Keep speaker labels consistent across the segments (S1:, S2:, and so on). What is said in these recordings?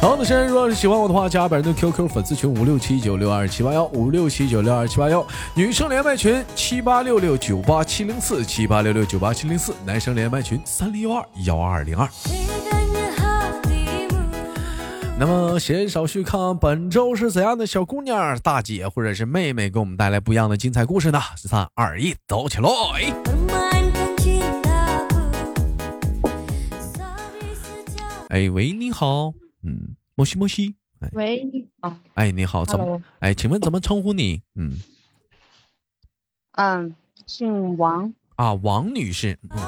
S1: 好的，生如果是喜欢我的话，加本人的 QQ 粉丝群五六七九六二七八幺五六七九六二七八幺，女生连麦群七八六六九八七零四七八六六九八七零四，男生连麦群三零幺二幺二零二。那么闲言少叙，看本周是怎样的小姑娘、大姐或者是妹妹给我们带来不一样的精彩故事呢？三二一，走起来！哎喂，你好，嗯，莫西莫西，
S2: 喂，你好
S1: 哎你好，怎么？
S2: ，Hello，
S1: 哎，请问怎么称呼你？嗯，
S2: 嗯，姓王，
S1: 啊，王女士，嗯，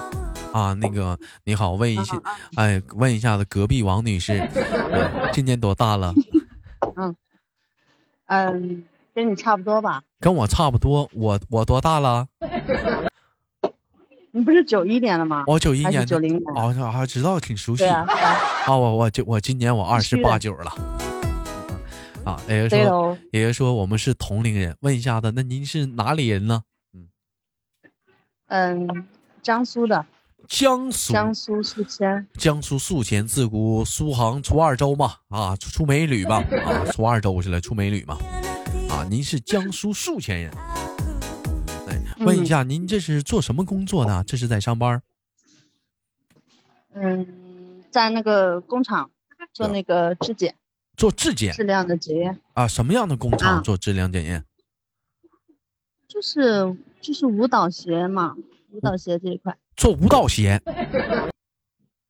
S1: 啊，那个你好，问一
S2: 啊
S1: 下，哎，问一下子隔壁王女士，嗯今年多大了？
S2: 嗯，跟你差不多吧？
S1: 跟我差不多，我我多大了？
S2: 你不是九一年的吗？
S1: 我九一
S2: 还是
S1: 年的
S2: 90年
S1: 哦，还、知道挺熟悉。
S2: 对啊，
S1: 啊，我我就我今年我二十
S2: 是
S1: 八九了。啊，爷爷
S2: 对哦
S1: 说，
S2: 喽，
S1: 爷爷说我们是同龄人。问一下子，那您是哪里人呢？
S2: 嗯，江苏的，
S1: 江苏，
S2: 江苏宿迁，
S1: 江苏宿迁，自古苏杭出二州嘛，啊，出出美女嘛，啊，出二州去了，出美女嘛，啊，您是江苏宿迁人。哎，问一下，您这是做什么工作的？这是在上班儿？
S2: 嗯，在那个工厂
S1: 啊
S2: 做那个质检，
S1: 做质检
S2: 质量的检验，
S1: 啊？什么样的工厂
S2: 啊
S1: 做质量检验？
S2: 就是就是舞蹈鞋嘛，舞蹈鞋这一块，
S1: 做舞蹈鞋，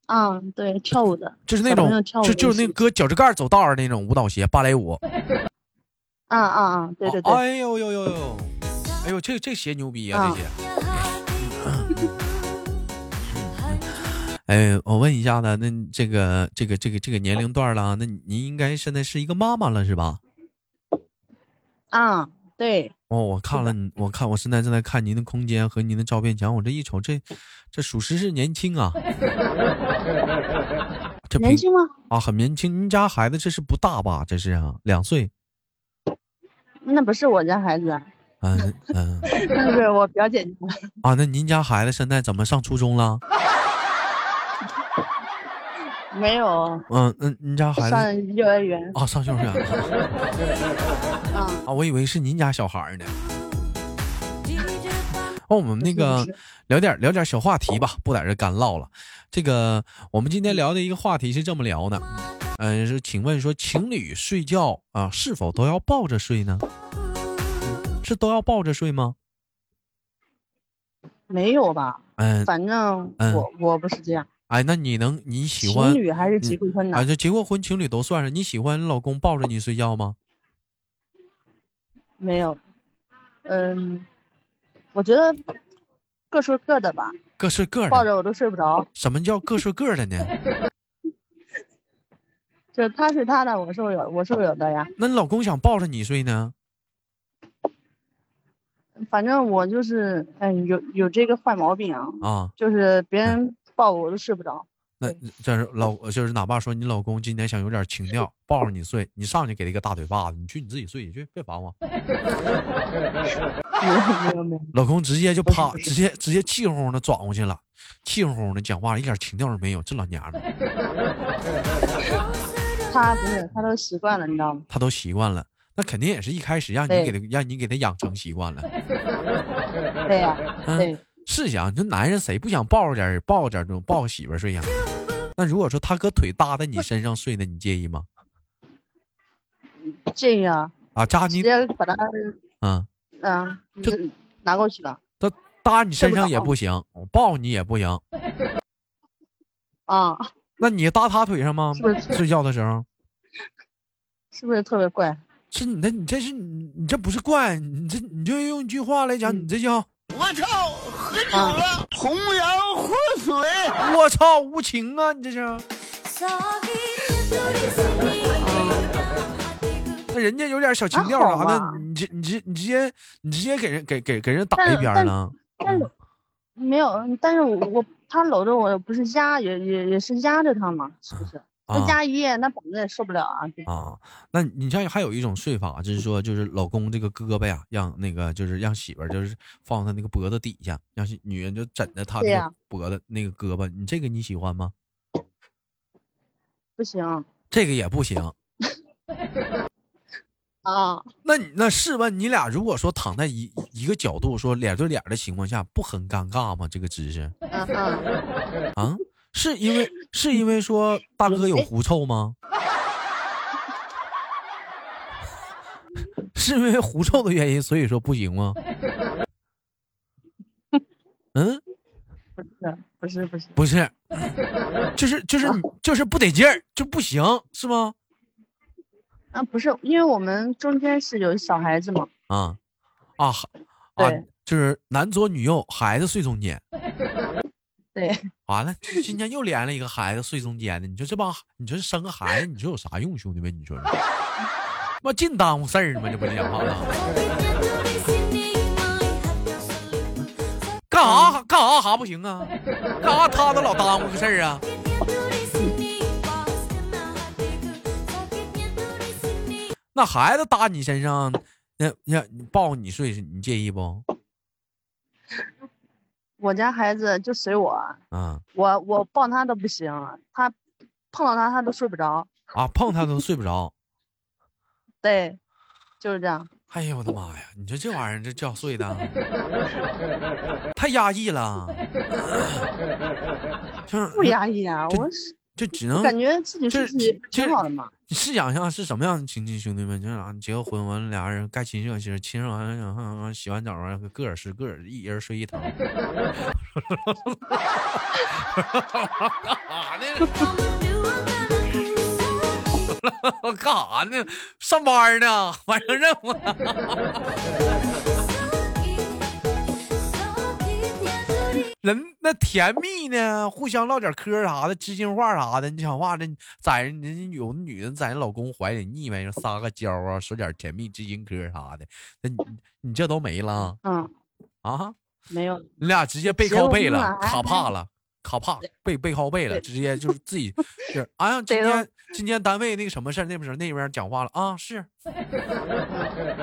S2: 嗯，对，跳舞的，
S1: 就是那
S2: 小朋友
S1: 种，
S2: 跳舞
S1: 就
S2: 的
S1: 就是那
S2: 鞋
S1: 搁脚趾盖儿走道儿那种舞蹈鞋，芭蕾舞。
S2: 嗯嗯嗯，对对对，
S1: 哎呦呦呦呦，哎呦，这这鞋牛逼啊，
S2: 啊
S1: 这鞋。哎，我问一下呢，那你这个这个这个这个年龄段儿了，那你您应该现在是一个妈妈了是吧？哎
S2: 嗯，对，
S1: 哦，我看了你，我看我现在正在看您的空间和您的照片墙，我这一瞅，这这属实是年轻 啊，这
S2: 年
S1: 平
S2: 轻吗？
S1: 啊很年轻。您家孩子这是不大吧？这是啊，两岁。
S2: 那不是我家孩子，
S1: 嗯嗯
S2: 那是我表姐家。
S1: 啊，那您家孩子现在怎么上初中了？
S2: 没有，
S1: 嗯，那您家孩子
S2: 上幼儿园，
S1: 啊上幼儿园了。
S2: 嗯，
S1: 啊，我以为是您家小孩儿呢。哦，我们那个
S2: 不是
S1: 聊点聊点小话题吧，不在这干唠了。这个我们今
S2: 嗯
S1: 天聊的一个话题是这么聊的，嗯、是请问说情侣睡觉啊、是否都要抱着睡呢？是都要抱着睡吗？
S2: 没有吧？
S1: 嗯、
S2: 反正
S1: 嗯
S2: 我我不是这样，
S1: 哎，那你能你喜
S2: 情
S1: 欢
S2: 侣还是结过婚
S1: 啊？
S2: 的，
S1: 就结过婚情侣都算上，你喜欢老公抱着你睡觉吗？
S2: 没有。嗯，我觉得各说各的吧，
S1: 各睡各
S2: 抱
S1: 的。
S2: 着我都睡不着，
S1: 什么叫各睡各的呢？
S2: 就是他睡他的，我睡我我睡我的呀。
S1: 那你老公想抱着你睡呢？
S2: 反正我就是，嗯，有有这个坏毛病啊，
S1: 啊，
S2: 就是别人抱我我都睡不着。
S1: 那这是老呃就是哪怕说你老公今天想有点情调，抱着你睡，你上去给他一个大嘴巴子，你去你自己睡去，别烦我。
S2: 没有没有没有，
S1: 老公直接就啪，
S2: 不是
S1: 直接直接气哄哄的转过去了，气哄哄的讲话，一点情调都没有。这老娘们儿
S2: 他不是他都习惯了，你知道吗？
S1: 她都习惯了，那肯定也是一开始让你
S2: 对
S1: 给他让你给他养成习惯了。
S2: 对呀、
S1: 嗯
S2: 对，
S1: 试想，这男人谁不想抱着点儿抱着点儿这种抱媳妇儿睡呀？那如果说他搁腿搭在你身上睡呢，你介意吗？
S2: 这样
S1: 啊，扎
S2: 直
S1: 你
S2: 接把他
S1: 啊，
S2: 嗯，
S1: 就
S2: 嗯拿过去了
S1: 他搭你身
S2: 睡不
S1: 上也
S2: 着
S1: 不行，抱你也不行，
S2: 啊，
S1: 那你搭他腿上吗？
S2: 是不是
S1: 睡觉的时候，
S2: 是不是特别怪？
S1: 是你那，你这是你你这不是怪你这你就用一句话来讲，
S2: 嗯
S1: 你这叫
S3: 我操，喝酒
S2: 啊
S3: 了，红颜祸水。
S1: 我操无情啊！你这是，那人家有点小情调啊
S2: 还好
S1: 啥的
S2: 吧，
S1: 你这你这你直接你直接给人给给给人打一边儿
S2: 但
S1: 了。
S2: 但
S1: 嗯
S2: 没有，但是我我他搂着我不是压也也也是压着他嘛，是不是？
S1: 啊
S2: 那压一夜那膀子也受不了啊，对吧
S1: 啊，那你像还有一种睡法，就是说，就是老公这个胳膊呀，让那个就是让媳妇儿就是放他那个脖子底下，让媳女人就枕着他
S2: 对
S1: 那
S2: 呀
S1: 个脖子、那个胳膊，你这个你喜欢吗？
S2: 不行
S1: 这个也不行。
S2: 啊，
S1: 那你那试问你俩如果说躺在一一个角度说脸对脸的情况下，不很尴尬吗？这个姿势
S2: 嗯嗯，
S1: 啊，是因为是因为说大哥有狐臭吗？ 是因为狐臭的原因，所以说不行吗？嗯，
S2: 不是不是
S1: 不
S2: 不是，
S1: 是，就是就是就是不得劲儿，就不行是吗？
S2: 啊不是，因为我们中间是有小孩子嘛，
S1: 啊啊啊
S2: 对，
S1: 就是男左女右，孩子睡中间。
S2: 对，
S1: 完了，今 天又连了一个孩子睡中间的，你说这帮，你说生个孩子，你说有啥用，兄弟们？你说这，妈净耽误事儿吗？这不啊讲话了，干
S2: 嗯
S1: 啥干啥啥不行啊？干啥他都老耽误个事儿啊？那孩子搭你身上，那那你抱你睡，你介意不？
S2: 我家孩子就随我，
S1: 啊
S2: 我我抱他都不行，啊他碰到他他都睡不着，
S1: 啊，碰他都睡不着。
S2: 对，就是这样，
S1: 哎呦我的妈呀！你说这玩意儿这觉睡的，太压抑了，就是
S2: 不压抑啊，
S1: 这
S2: 我是
S1: 就只能
S2: 感觉自己
S1: 这
S2: 是自己
S1: 这
S2: 挺好的嘛，
S1: 试想一下是什么样的情境，兄弟们，就是啊，结个婚完了俩人该亲热亲，亲热完了，然后然后洗完澡完了，各人是各人，一人睡一头。干啥呢？干啥呢？上班呢？完成任务了。人那甜蜜呢，互相唠点嗑儿啥的，知心话啥的，你讲话这在人人有的女人在人老公怀里腻歪，撒个娇啊，说点甜蜜知心嗑儿啥的，那你你这都没了
S2: 嗯，
S1: 啊？
S2: 没有，
S1: 你俩直接背靠背
S2: 行
S1: 了
S2: 我，们
S1: 卡
S2: 来
S1: 怕了，卡怕背背靠背了，
S2: 对
S1: 直接就是自 己就是，哎呀，今
S2: 对了
S1: 天今天单位那个什么事儿，那边那边讲话了啊，是，
S2: 嗯，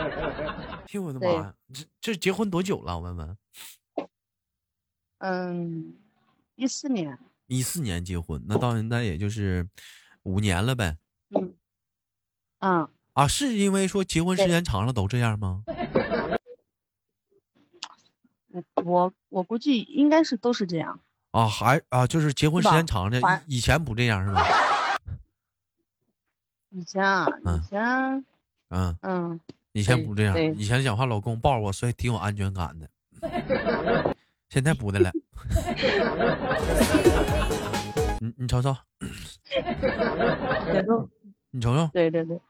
S1: 哎呦我的妈
S2: 对
S1: 呀，这这结婚多久了？我问问，
S2: 嗯，一四年，
S1: 一四年结婚，
S2: 哦
S1: 那到现在也就是五年了呗。
S2: 嗯，嗯，
S1: 啊，是因为说结婚时
S2: 对
S1: 间长了都这样吗？
S2: 我我我估计应该是都是这样，
S1: 啊，还啊，就是结婚时
S2: 是
S1: 间
S2: 吧
S1: 长了
S2: 反，
S1: 以以前不这样是吧？
S2: 以前啊，
S1: 嗯
S2: 以前，
S1: 嗯，
S2: 嗯，
S1: 以前不这样
S2: 对，
S1: 以前讲话老公抱我，所以挺有安全感的。现在不的了。你你瞅瞅，
S2: 也都
S1: 你瞅瞅，
S2: 对对对，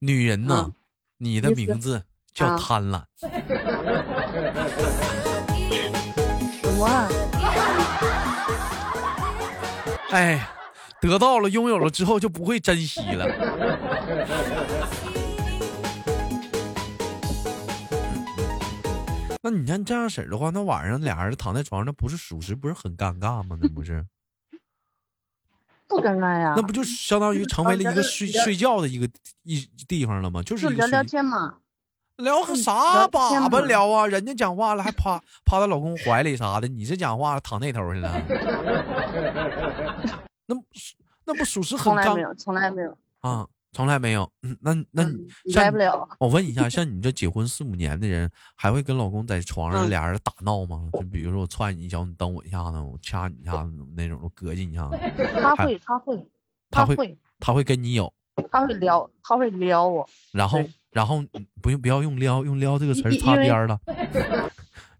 S1: 女人呐，
S2: 嗯
S1: 你的
S2: 意思
S1: 名字叫
S2: 啊
S1: 贪婪，
S2: 什么啊？
S1: 哎，得到了拥有了之后就不会珍惜 了。那你看这样式儿的话，那晚上俩人躺在床上，那不是属实不是很尴尬吗？那不是，
S2: 不尴尬呀，
S1: 那不就相当于成为了一个
S2: 啊聊
S1: 睡
S2: 聊
S1: 睡觉的一个一地方了吗？就是
S2: 就
S1: 一个
S2: 聊
S1: 睡
S2: 聊天嘛，
S1: 聊个
S2: 嗯
S1: 啥
S2: 聊天
S1: 粑
S2: 嘛
S1: 粑聊啊？人家讲话了还趴趴她老公怀里啥的，你这讲话躺那头去了， 那不是那不属实很
S2: 从来
S1: 尴
S2: 没有，从来没有，
S1: 啊，从来没有。嗯那那你
S2: 嗯，
S1: 像
S2: 来
S1: 你
S2: 不了，
S1: 我问一下，像你这结婚四五年的人，还会跟老公在床上
S2: 嗯
S1: 俩人打闹吗？就比如说我踹你一脚，你蹬我一下子，我掐你一下子那种，我膈应你一下子，
S2: 他
S1: 还
S2: 会，他会，
S1: 他
S2: 他
S1: 会
S2: 会，
S1: 他会跟你有，
S2: 他会撩，他会撩我，
S1: 然后
S2: 对
S1: 然后嗯不用不要用撩，用撩这个词儿
S2: 因
S1: 擦
S2: 因为
S1: 边儿 了，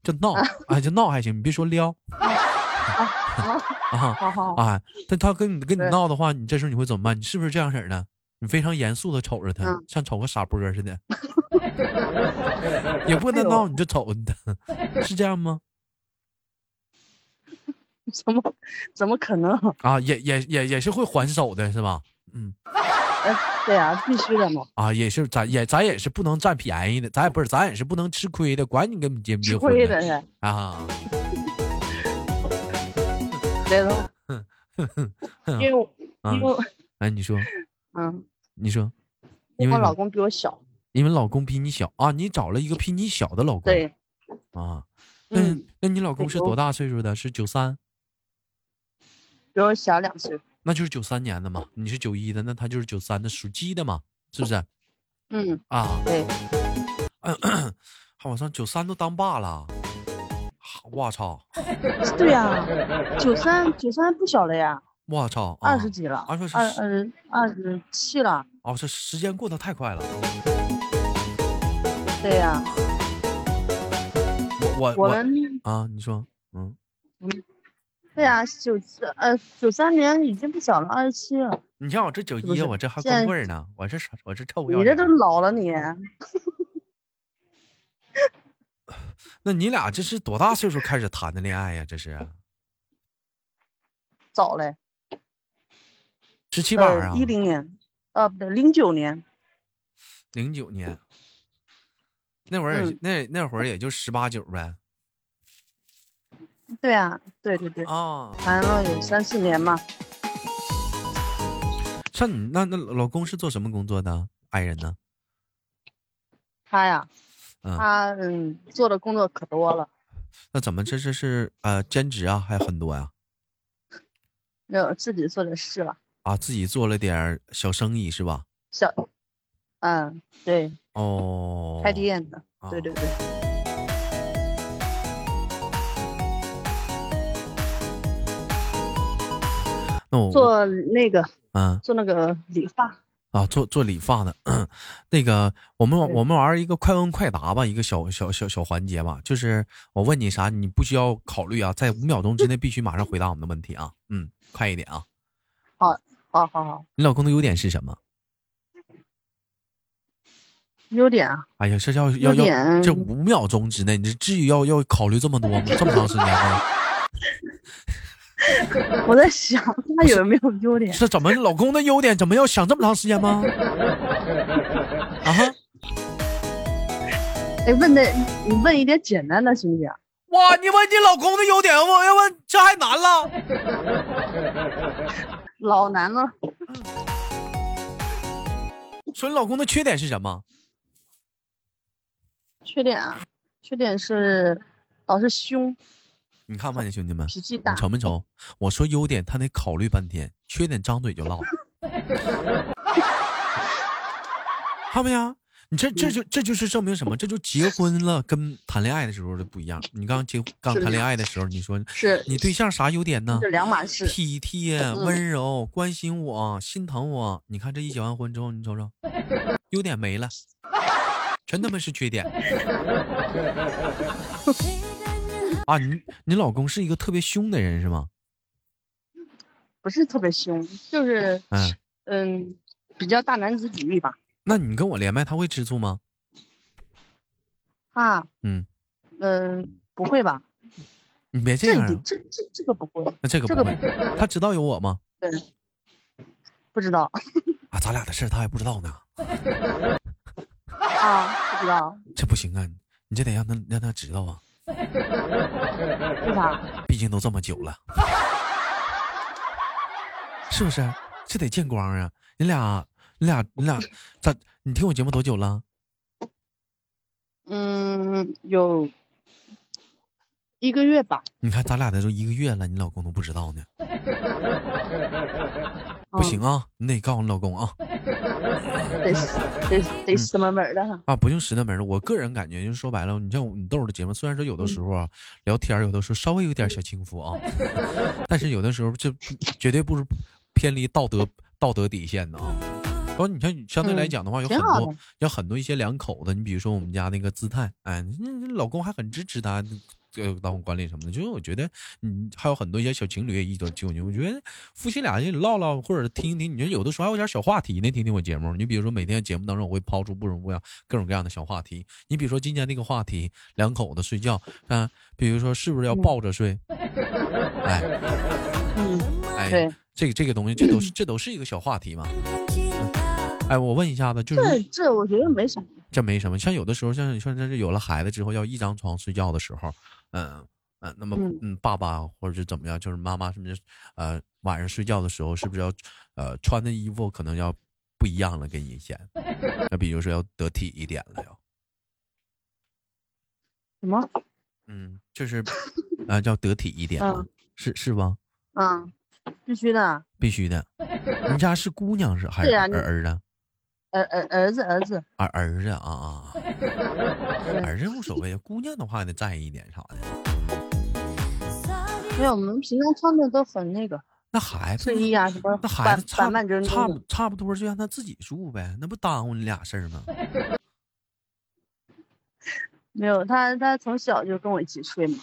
S1: 就闹哎就闹还行，你别说撩
S2: 啊，
S1: 啊
S2: 好 好，
S1: 啊，但他跟你跟你
S2: 对
S1: 闹的话，你这时候你会怎么办？你是不是这样式儿的？你非常严肃的瞅着他，
S2: 嗯
S1: 像瞅个傻波儿似 的，也不跟他
S2: 哎呦
S1: 闹，你就瞅着他，是这样吗？
S2: 怎么怎么可能？
S1: 啊，也也也也是会还手的是吧？嗯，
S2: 对呀、必须的嘛，
S1: 啊，也是咱也咱也是不能占便宜的，咱也不是咱也是不能吃亏的，管你跟你结不结啊
S2: 吃
S1: 婚
S2: 亏
S1: 呢
S2: 的是，
S1: 啊。
S2: 类的， 因为我
S1: 啊
S2: 因为，我
S1: 哎，你说，
S2: 嗯，
S1: 你说，因
S2: 因
S1: 为
S2: 为我
S1: 什
S2: 老
S1: 么
S2: 公比我小，
S1: 因为老公比你小啊，你找了一个比你小的老公，
S2: 对，
S1: 啊，那、
S2: 嗯，
S1: 那你老公是
S2: 对
S1: 多
S2: 我
S1: 大岁数的？是九三，
S2: 比我小两岁，
S1: 那就是九三年的嘛，你是九一的，那他就是九三的，属鸡的嘛，是不是
S2: 嗯，
S1: 啊？
S2: 对，
S1: 还往上九三都当爸了，哈我操，
S2: 对呀，九三九三不小了呀，
S1: 我操，啊
S2: 二十几了，
S1: 二
S2: 二
S1: 十
S2: 二十二十七了，
S1: 哦，这时间过得太快了，
S2: 对呀，
S1: 我
S2: 我
S1: 我
S2: 们
S1: 啊，你说，嗯，
S2: 对呀，九四呃九三年已经不小了，二十七了，
S1: 你像我这九
S2: 是不
S1: 一，
S2: 是
S1: 我这还
S2: 现
S1: 光
S2: 在
S1: 棍儿呢，我这我这臭不要
S2: 你这
S1: 脸
S2: 都。老了你，
S1: 那你俩这是多大岁数开始谈的恋爱呀？这是
S2: 早嘞，
S1: 十七八啊
S2: 呃，一零年，呃不对，零九年，
S1: 零九年，那会儿也、
S2: 嗯
S1: 那那会儿也就十八九呗。
S2: 对呀，对对对，
S1: 啊，
S2: 谈了有三四年嘛，
S1: 像你那那老公是做什么工作的？爱人呢？
S2: 他呀。
S1: 嗯，
S2: 他嗯做的工作可多了，
S1: 那怎么这这是呃兼职啊，还有很多呀、
S2: 没有自己做的事了。
S1: 啊？自己做了点儿小生意是吧？
S2: 小，嗯，对，
S1: 哦，
S2: 开店的，
S1: 啊
S2: 对对对，
S1: 那我
S2: 做那个
S1: 嗯
S2: 做那个理发，
S1: 啊，做做理发的， 那个我们玩
S2: 对
S1: 我们玩一个快问快答吧，一个小小小小环节吧，就是我问你啥，你不需要考虑啊，在五秒钟之内必须马上回答我们的问题啊，嗯，快一点啊。
S2: 哦好好好，
S1: 你老公的优点是什么？
S2: 优点啊，
S1: 哎呀，这要要要
S2: 优点
S1: 这五秒钟之内，你这至于要要考虑这么多吗？这么长时间吗？
S2: 我在想他有没有优点，
S1: 这怎么老公的优点怎么要想这么长时间吗？啊哈！
S2: 哎，问的你问一点简单的啊行不行？
S1: 哇，你问你老公的优点，我要问这还难了。
S2: 老难了，
S1: 说你老公的缺点是什么？
S2: 缺点啊，缺点是老是凶，
S1: 你看吧，你兄弟们，
S2: 脾气
S1: 你
S2: 大，
S1: 瞅没瞅？我说优点，他得考虑半天；缺点张嘴就唠，看没呀？你这这就这就是证明什么？这就结婚了跟谈恋爱的时候的不一样。你刚结刚
S2: 是
S1: 谈恋爱的时候，你说
S2: 是
S1: 你嗯对象啥优点呢
S2: 是？两码事，
S1: 体贴、
S2: 嗯
S1: 啊温柔、关心我、心疼我。你看这一结完婚之后，你瞅瞅，优点没了，全他妈是缺点。啊，你你老公是一个特别凶的人是吗？
S2: 不是特别凶，就是
S1: 嗯，
S2: 嗯比较大男子主义吧，
S1: 那你跟我连麦，他会吃醋吗？
S2: 啊，
S1: 嗯，
S2: 嗯，不会吧？
S1: 你别这
S2: 这
S1: 样
S2: 你
S1: 啊，
S2: 这这这个不会，
S1: 那这个
S2: 这
S1: 不
S2: 个
S1: 会，他知道有我吗？
S2: 不知道
S1: 啊，咱俩的事儿他还不知道呢，
S2: 啊，不知道
S1: 这不行啊，你这得让他让他知道啊，
S2: 为啥？
S1: 毕竟都这么久了， 是不是？这得见光啊！你俩，你俩，你俩，咋？你听我节目多久了？
S2: 嗯，有一个月吧。
S1: 你看咱俩的都一个月了，你老公都不知道呢。不
S2: 嗯
S1: 行，啊，你得告诉你老公啊
S2: 得得
S1: 嗯
S2: 得什么门儿的哈。
S1: 啊！不用使那门儿，我个人感觉就说白了，你像我你豆儿的节目，虽然说有的时候啊、聊天儿有的时候稍微有点小轻浮啊， 但是有的时候这绝对不是偏离道德道德底线的啊。然后你看，相对来
S2: 嗯
S1: 讲的话，有
S2: 挺
S1: 很
S2: 好
S1: 多
S2: 的
S1: 有很多一些两口子，你比如说我们家那个姿态，哎，那那老公还很支持她，呃，当管理什么的。就是我觉得，嗯，还有很多一些小情侣也一起纠结。我觉得夫妻俩就唠唠，或者听一听，你觉得有的时候还有点小话题呢。听听我节目，你比如说每天节目当中，我会抛出不种不样各种各样的小话题。你比如说今天那个话题，两口子睡觉，啊，比如说是不是要
S2: 嗯
S1: 抱着 睡？哎
S2: 嗯，
S1: 哎，
S2: 对，
S1: 这个这个东西，这都是这都是一个小话题嘛。哎，我问一下子，就是
S2: 这这我觉得没啥。
S1: 这没什么。像有的时候，像你说，这是有了孩子之后要一张床睡觉的时候，嗯呃，那么
S2: 嗯
S1: 嗯，爸爸或者是怎么样，就是妈妈什么的，呃，晚上睡觉的时候是不是要呃穿的衣服可能要不一样了，跟以前，那比如说要得体一点了要，
S2: 什么？
S1: 嗯，就是呃要得体一点了
S2: 嗯，
S1: 是是吧？
S2: 嗯，必须的。
S1: 必须的。你家是姑娘是还
S2: 是
S1: 是
S2: 呀
S1: 儿
S2: 你
S1: 儿啊？
S2: 儿儿儿子儿子，
S1: 儿儿子啊啊，啊儿子无所谓，姑娘的话得在意一点啥的。
S2: 没有，我们平常穿的都很那个，
S1: 那孩子
S2: 睡衣啊什么
S1: 那孩
S2: 板
S1: 子差
S2: 板板正
S1: 差
S2: 正
S1: 不
S2: 的。
S1: 差不多就让他自己住呗，那不耽误你俩事儿吗？
S2: 没有，他他从小就跟我一起睡嘛。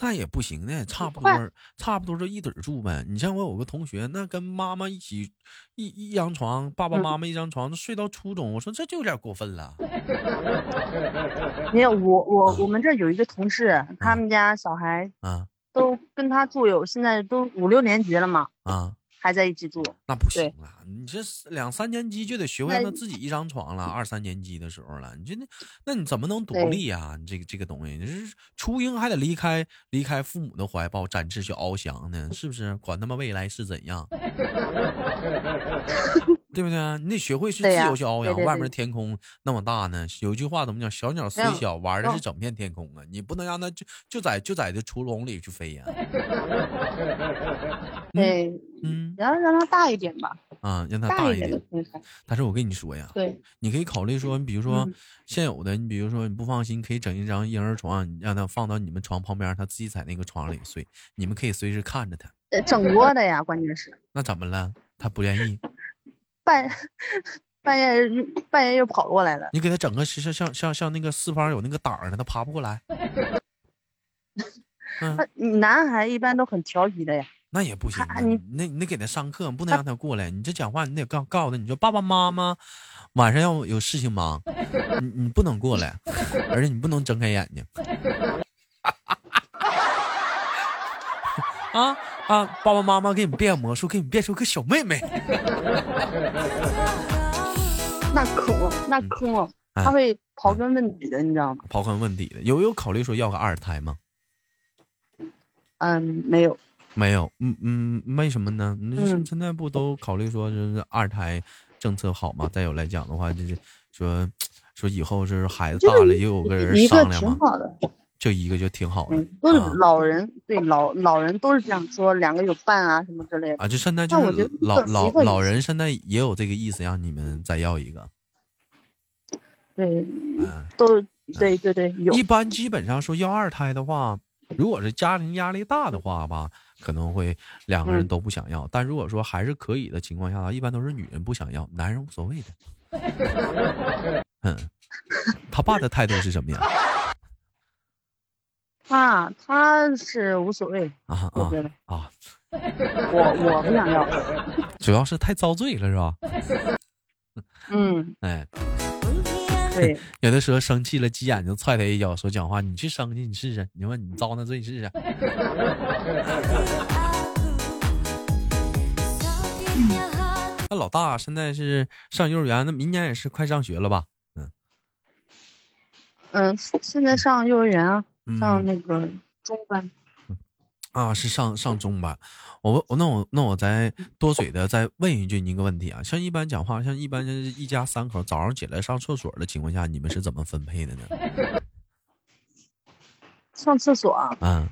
S1: 那也不行的，差不
S2: 快
S1: 多差不多就一堆儿住呗。你像我有个同学，那跟妈妈一起一一张床，爸爸
S2: 嗯
S1: 妈妈一张床，都睡到初中，我说这就有点过分了。
S2: 没有，我我我们这儿有一个同事，
S1: 嗯
S2: 他们家小孩
S1: 啊
S2: 都跟他住有，现在都五六年级了嘛，
S1: 啊，
S2: 还在一起住。
S1: 那不行
S2: 对
S1: 啊！你这是两三年级就得学会
S2: 那
S1: 让他自己一张床了，二三年级的时候了，你这那那你怎么能独
S2: 对
S1: 立啊？你这个这个东西，你是初婴还得离开离开父母的怀抱，展翅去翱翔呢，是不是？管他妈未来是怎 样，对不对？你得学会去自
S2: 对呀
S1: 由去翱
S2: 对
S1: 翔，
S2: 对
S1: 外
S2: 对
S1: 面天空那么大呢。有句话怎么讲？小鸟虽
S2: 让
S1: 小，玩的是
S2: 让
S1: 整片天空啊！你不能让它就就在就在这橱笼里去飞 呀、
S2: 对，
S1: 嗯
S2: 然后让他大一点吧，
S1: 啊，让它
S2: 大
S1: 大
S2: 一
S1: 一
S2: 点的
S1: 点。
S2: 平台。
S1: 但是我跟你说呀，
S2: 对，
S1: 你可以考虑说，你比如说
S2: 嗯
S1: 现有的，你比如说你不放心，可以整一张婴儿床，你让他放到你们床旁边，他自己在那个床里睡，你们可以随时看着他。
S2: 呃整窝的呀，关键是
S1: 那怎么了？他不愿意，
S2: 半半夜半夜又跑过来了。
S1: 你给他整个是像像像像那个四方有那个挡儿的，他爬不过 来。嗯，
S2: 他男孩一般都很调皮的呀，
S1: 那也不行啊，
S2: 他你
S1: 那你得给他上课，不能让他过来。你这讲话你得告告诉他，你说爸爸妈妈晚上要有事情忙，你你不能过来，而且你不能睁开眼睛。 啊啊！爸爸妈妈给你变魔术，给你变出个小妹妹。
S2: 那可不那可不，他
S1: 嗯
S2: 会刨根问底的，你知道吗？
S1: 刨根问底的，有有考虑说要个二胎吗？
S2: 嗯，没有，
S1: 没有，嗯嗯，为什么呢？你说
S2: 嗯
S1: 现在不都考虑说就是二胎政策好吗？再有来讲的话，就是说说以后就是孩子
S2: 就
S1: 大
S2: 是
S1: 了也有个人
S2: 一个
S1: 商量
S2: 挺
S1: 嘛，
S2: 好的，
S1: 就一个就挺好的
S2: 嗯，都是
S1: 啊
S2: 老人，对老老人都是这样说，两个有伴啊什么之类的。
S1: 啊，就现在就
S2: 但我觉
S1: 是
S2: 得
S1: 老
S2: 一个
S1: 老
S2: 一个
S1: 老
S2: 也
S1: 人现在也有这个意思，让你们再要一个。
S2: 对，
S1: 嗯，
S2: 都对对对有
S1: 一般基本上说要二胎的话，如果是家人压力大的话吧，可能会两个人
S2: 嗯
S1: 都不想要。但如果说还是可以的情况下，一般都是女人不想要，男人无所谓的。嗯，他爸的态度是什么样
S2: 他，啊他是无所谓，
S1: 啊
S2: 我
S1: 啊
S2: 觉得
S1: 啊！
S2: 我我不想要。
S1: 主要是太遭罪了是吧？
S2: 嗯，
S1: 哎，
S2: 对，
S1: 有的时候生气了，急眼睛踹他一脚，说讲话你去生气，你试试，你说你遭那罪试试。那老大现在是上幼儿园，那明年也是快上学了吧？
S2: 嗯，现在上幼儿园啊，
S1: 嗯。
S2: 上那个中班。
S1: 啊，是上上中班。我问，我那我那我再
S2: 嗯
S1: 多嘴的再问一句您一个问题啊，像一般讲话，像一般就是一家三口早上起来上厕所的情况下，你们是怎么分配的呢？
S2: 上厕所啊，
S1: 嗯，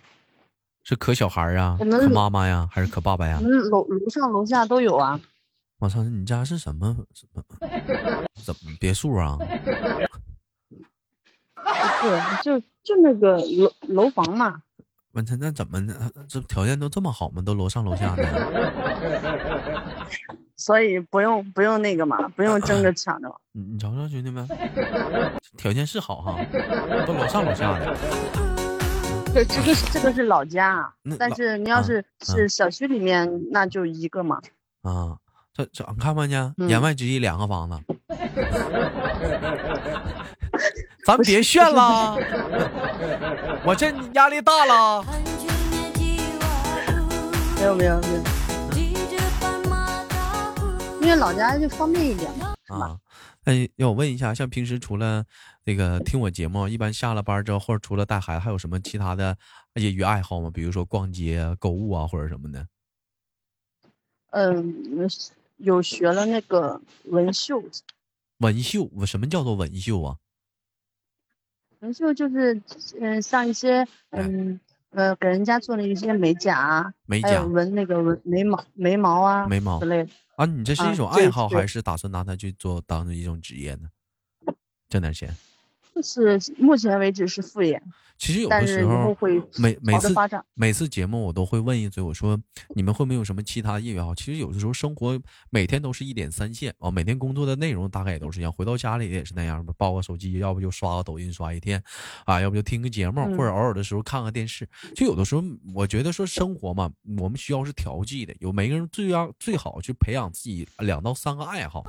S1: 是可小孩儿啊，
S2: 我们
S1: 可妈妈呀，还是可爸爸呀
S2: 我？们楼楼上楼下都有啊。
S1: 我操，你家是什么什么怎么别墅啊？
S2: 不是，就就那个楼楼房嘛。
S1: 我操，那怎么呢？这条件都这么好吗？都楼上楼下 的，
S2: 所以不用不用那个嘛，不用争着抢着嘛。
S1: 你你瞧瞧兄弟们，条件是好哈，都楼上楼下的。
S2: 这这个是这个是老家啊
S1: 那，
S2: 但
S1: 老
S2: 是你要
S1: 啊
S2: 是是小区里面，那就一个嘛。
S1: 啊，这这你看没见？
S2: 嗯
S1: 言外之意，两个房子，咱
S2: 不是
S1: 别
S2: 不
S1: 炫
S2: 是
S1: 了，我这压力大 了。
S2: 没有没有没有，因为老家就方便一点嘛。
S1: 啊，哎，要我问一下，像平时除了那个听我节目，一般下了班之后或者除了带孩子，还有什么其他的业余爱好吗？比如说逛街啊、购物啊，或者什么的。
S2: 嗯，有学了那个纹绣，
S1: 纹绣，我什么叫做纹绣啊？
S2: 纹绣就是嗯，像一些
S1: 哎
S2: 嗯呃，给人家做了一些美甲啊，
S1: 美
S2: 还
S1: 甲
S2: 有、纹那个纹眉毛、眉毛啊
S1: 眉毛
S2: 之类的。
S1: 啊？你这是一
S2: 啊
S1: 种
S2: 对
S1: 爱好，
S2: 对
S1: 还是打算拿它去做当成一种职业呢？挣点钱。
S2: 就是目前为止是副业，
S1: 其实有
S2: 但
S1: 的
S2: 是
S1: 时
S2: 以后
S1: 候，
S2: 会
S1: 每每
S2: 朝着
S1: 次
S2: 发展。
S1: 每次节目我都会问一嘴，我说你们会没有什么其他业余爱好？其实有的时候生活每天都是一点三线啊、每天工作的内容大概也都是一样，回到家里也是那样吧，抱个手机，要不就刷个抖音刷一天，啊，要不就听个节目，
S2: 嗯
S1: 或者偶尔的时候看看电视。就有的时候我觉得说生活嘛，我们需要是调剂的，有每个人最要最好去培养自己两到三个爱好，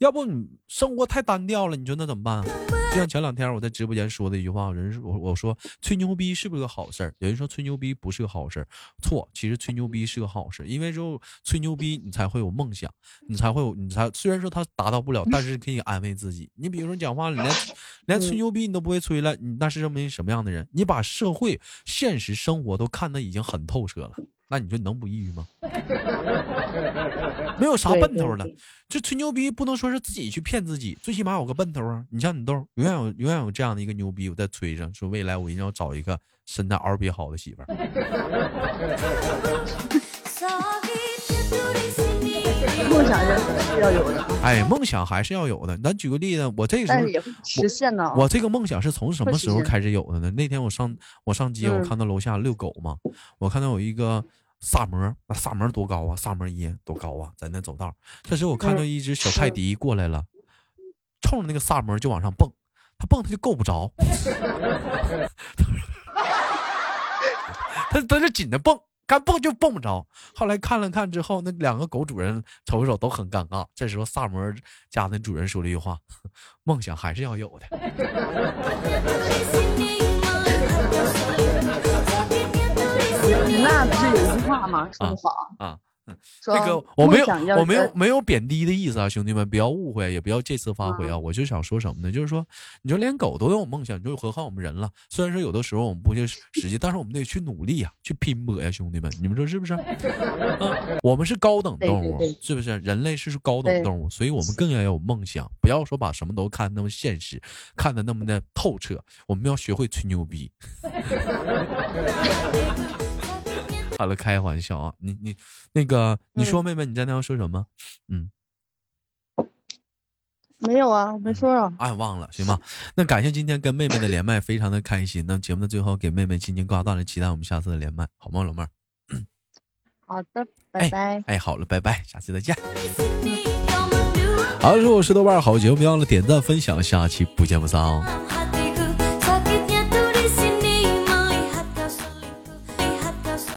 S1: 要不你生活太单调了，你说那怎么办啊？就像前两天我在直播间说的一句话，有人说我我说吹牛逼是不是个好事儿？有人说吹牛逼不是个好事儿，错，其实吹牛逼是个好事儿，因为只有吹牛逼你才会有梦想，你才会有你才虽然说他达到不了，但是可以安慰自己。你比如说你讲话，你连连
S2: 嗯
S1: 吹牛逼你都不会吹了，你那是证明什么样的人？你把社会现实生活都看得已经很透彻了，那你说你能不抑郁吗？没有啥
S2: 对
S1: 奔
S2: 对
S1: 头了
S2: 对。
S1: 这吹牛逼不能说是自己去骗自己，最起码有个奔头啊！你像你豆儿，永远有永远有这样的一个牛逼，我在吹上说未来我一定要找一个身材嗷比好的媳妇儿。
S2: 梦想是是要有的，
S1: 哎，梦想还是要有的。咱举个例子，我这时
S2: 但
S1: 候
S2: 是也会实现的啊。
S1: 我这个梦想是从什么时候
S2: 会实现
S1: 开始有的呢？那天我上我上街，我
S2: 嗯
S1: 看到楼下遛狗嘛，我看到有一个萨摩，那萨摩多高啊？萨摩耶多高啊？在那走道，这时候我看
S2: 嗯
S1: 到一只小泰迪过来了，冲着那个萨摩就往上蹦，它蹦它就够不着， 它它就紧着蹦。干蹦就蹦不着，后来看了看之后，那两个狗主人瞅一瞅都很尴尬。这时候萨摩家的主人说了一句话：“ 梦想还是要有的。”
S2: 那不是有一句话吗？说
S1: 啊
S2: 的好，
S1: 啊，
S2: 说
S1: 那个我没
S2: 梦
S1: 有
S2: 想要呃
S1: 我没有
S2: 有
S1: 没有贬低的意思啊，兄弟们不要误会，也不要借此发挥啊。
S2: 嗯
S1: 我就想说什么呢？就是说，你说连狗都有梦想，你就何况我们人了？虽然说有的时候我们不去实际，但是我们得去努力呀、啊去拼搏呀、兄弟们，你们说是不 是？啊，我们是高等动物，
S2: 对对对
S1: 是不是？人类是高等
S2: 对
S1: 动物，所以我们更要有梦想，不要说把什么都看那么现实，看得那么的透彻。我们要学会吹牛逼。好了，开玩笑啊！你你那个，
S2: 嗯
S1: 你说妹妹，你在那要说什么？
S2: 没有啊？我没说啊。
S1: 哎，忘了，行吧。那感谢今天跟妹妹的连麦，非常的开心。那节目的最后给妹妹轻轻挂断了，期待我们下次的连麦，好吗，老妹儿？
S2: 好的，拜拜。
S1: 哎，好了，拜拜，下期再见。好了，我是豆瓣儿好节目，别忘了点赞分享，下期不见不散哦。哦
S4: Hãy subscribe